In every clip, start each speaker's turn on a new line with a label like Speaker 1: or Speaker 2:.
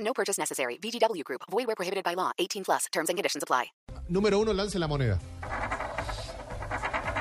Speaker 1: No purchase necessary. VGW Group. Void where prohibited by law. 18 plus. Terms and conditions apply.
Speaker 2: Número uno, lance la moneda.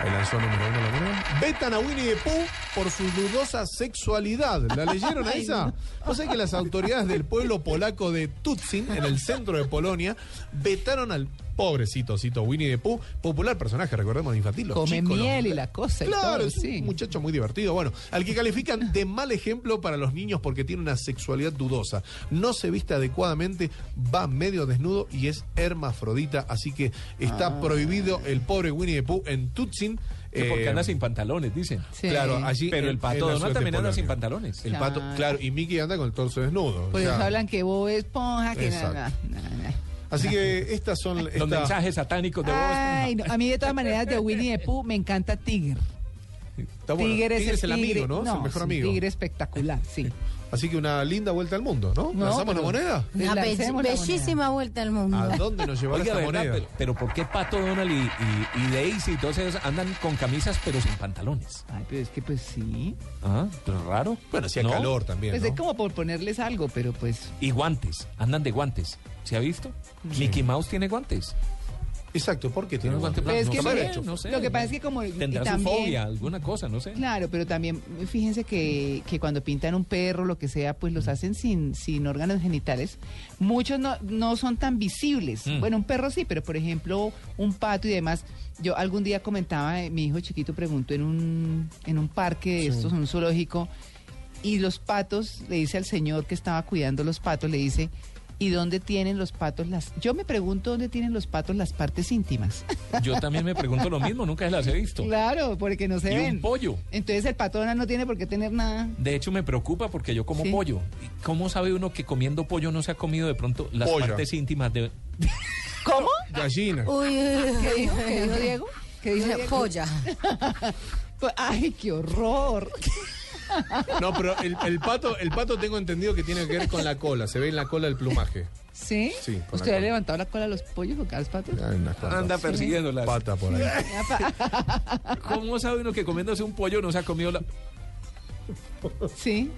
Speaker 2: Ahí lanzó número uno la moneda. Vetan a Winnie the Pooh por su dudosa sexualidad. ¿La leyeron a esa? O sea que las autoridades del pueblo polaco de Tutzin, en el centro de Polonia, vetaron al pobrecito cito Winnie the Pooh, popular personaje, recordemos, de infantil. Los
Speaker 3: Come
Speaker 2: chicos, los
Speaker 3: miel y
Speaker 2: muchachos.
Speaker 3: la cosa y
Speaker 2: Claro,
Speaker 3: todo,
Speaker 2: es un
Speaker 3: sí.
Speaker 2: muchacho muy divertido. Bueno, al que califican de mal ejemplo para los niños porque tiene una sexualidad dudosa. No se viste adecuadamente, va medio desnudo y es hermafrodita. Así que está
Speaker 3: Ah.
Speaker 2: prohibido el pobre Winnie the Pooh en Tutsin.
Speaker 4: Que porque
Speaker 2: eh,
Speaker 4: anda sin pantalones, dicen.
Speaker 3: Sí.
Speaker 2: Claro, allí. en-
Speaker 4: Pero el
Speaker 2: en
Speaker 4: pato
Speaker 2: la
Speaker 4: Donald
Speaker 2: ciudad
Speaker 4: también
Speaker 2: de
Speaker 4: anda sin
Speaker 2: Polonia.
Speaker 4: pantalones.
Speaker 2: El pato,
Speaker 3: Claro. Pues
Speaker 2: claro, y Mickey anda con el torso desnudo. o
Speaker 3: Por eso
Speaker 2: sea,
Speaker 3: hablan que Bob Esponja, que na, na,
Speaker 2: Exacto.
Speaker 3: na, na.
Speaker 2: Así que estas son.
Speaker 4: Los
Speaker 2: esta-
Speaker 4: mensajes satánicos de
Speaker 3: Ay, no, a mí de todas maneras de Winnie the Pooh me encanta Tiger.
Speaker 2: está Ah, bueno.
Speaker 3: Tiger es el,
Speaker 2: amigo,
Speaker 3: tigre-
Speaker 2: ¿no? Es el mejor
Speaker 3: un
Speaker 2: amigo.
Speaker 3: Tigre espectacular, sí.
Speaker 2: Así que una linda vuelta al mundo, ¿no?
Speaker 3: No,
Speaker 2: ¿Lanzamos la
Speaker 3: pero- pues,
Speaker 2: moneda?
Speaker 5: Una
Speaker 3: Lancemos
Speaker 5: be-
Speaker 3: la moneda.
Speaker 5: bellísima vuelta al
Speaker 3: Ah.
Speaker 5: mundo.
Speaker 2: ¿A dónde nos llevará
Speaker 4: Oiga,
Speaker 2: esta
Speaker 4: ¿verdad?
Speaker 2: moneda?
Speaker 4: Pero, pero ¿por qué Pato Donald y, y- y Daisy y todos esos andan con camisas pero sin pantalones?
Speaker 3: Ay, pero es que pues sí.
Speaker 4: Ah, pero raro.
Speaker 2: Bueno, hacía
Speaker 4: ¿No?
Speaker 2: calor también.
Speaker 3: Pues
Speaker 2: ¿no?
Speaker 3: es como por ponerles algo, pero pues.
Speaker 4: Y guantes, andan de guantes. ¿Se ha visto? Mickey Mouse tiene guantes.
Speaker 2: Exacto, ¿por qué
Speaker 4: Tiene
Speaker 2: tiene
Speaker 4: un guante
Speaker 2: guante
Speaker 3: Pero es
Speaker 4: blanco.
Speaker 3: que
Speaker 4: No sé,
Speaker 3: mire,
Speaker 4: no sé.
Speaker 3: lo que pasa es que como- y
Speaker 4: Tendrá su
Speaker 3: también-
Speaker 4: fobia, alguna cosa, no sé.
Speaker 3: Claro, pero también fíjense que, que cuando pintan un perro, lo que sea, pues los hacen sin, sin órganos genitales. Muchos no, no son tan visibles.
Speaker 4: Mm.
Speaker 3: Bueno, un perro sí, pero por ejemplo, un pato y demás. Yo algún día comentaba, eh, mi hijo chiquito preguntó en un, en un parque de estos, en un zoológico, y los patos, le dice al señor que estaba cuidando los patos, le dice... ¿Y dónde tienen los patos las.? Yo me pregunto dónde tienen los patos las partes íntimas.
Speaker 4: Yo también me pregunto lo mismo, nunca las he visto.
Speaker 3: Claro, porque no se
Speaker 4: Y un
Speaker 3: ven.
Speaker 4: pollo.
Speaker 3: Entonces el patona no tiene por qué tener nada.
Speaker 4: De hecho, me preocupa porque yo como
Speaker 3: Sí.
Speaker 4: pollo. ¿Y ¿Cómo sabe uno que comiendo pollo no se ha comido de pronto las
Speaker 2: Pollo.
Speaker 4: partes íntimas de...
Speaker 2: Gallina.
Speaker 5: Uy, uy, uy,
Speaker 3: ¿Qué dijo, qué dijo
Speaker 5: uy,
Speaker 3: Diego? ¿Qué
Speaker 5: uy.
Speaker 3: dijo
Speaker 5: Una
Speaker 3: Diego?
Speaker 5: polla.
Speaker 3: Pues, Ay, qué horror.
Speaker 2: No, pero el, el pato, el pato tengo entendido que tiene que ver con la cola. Se ve en la cola el plumaje.
Speaker 3: ¿Sí?
Speaker 2: Sí, con la
Speaker 3: ¿Usted le
Speaker 2: cola.
Speaker 3: ha levantado la cola a los pollos o a los patos?
Speaker 2: Hay unas cuantas
Speaker 4: Anda persiguiéndolas.
Speaker 2: Pata por ahí.
Speaker 4: ¿Cómo sabe uno que comiéndose un pollo no se ha comido la...
Speaker 3: Sí.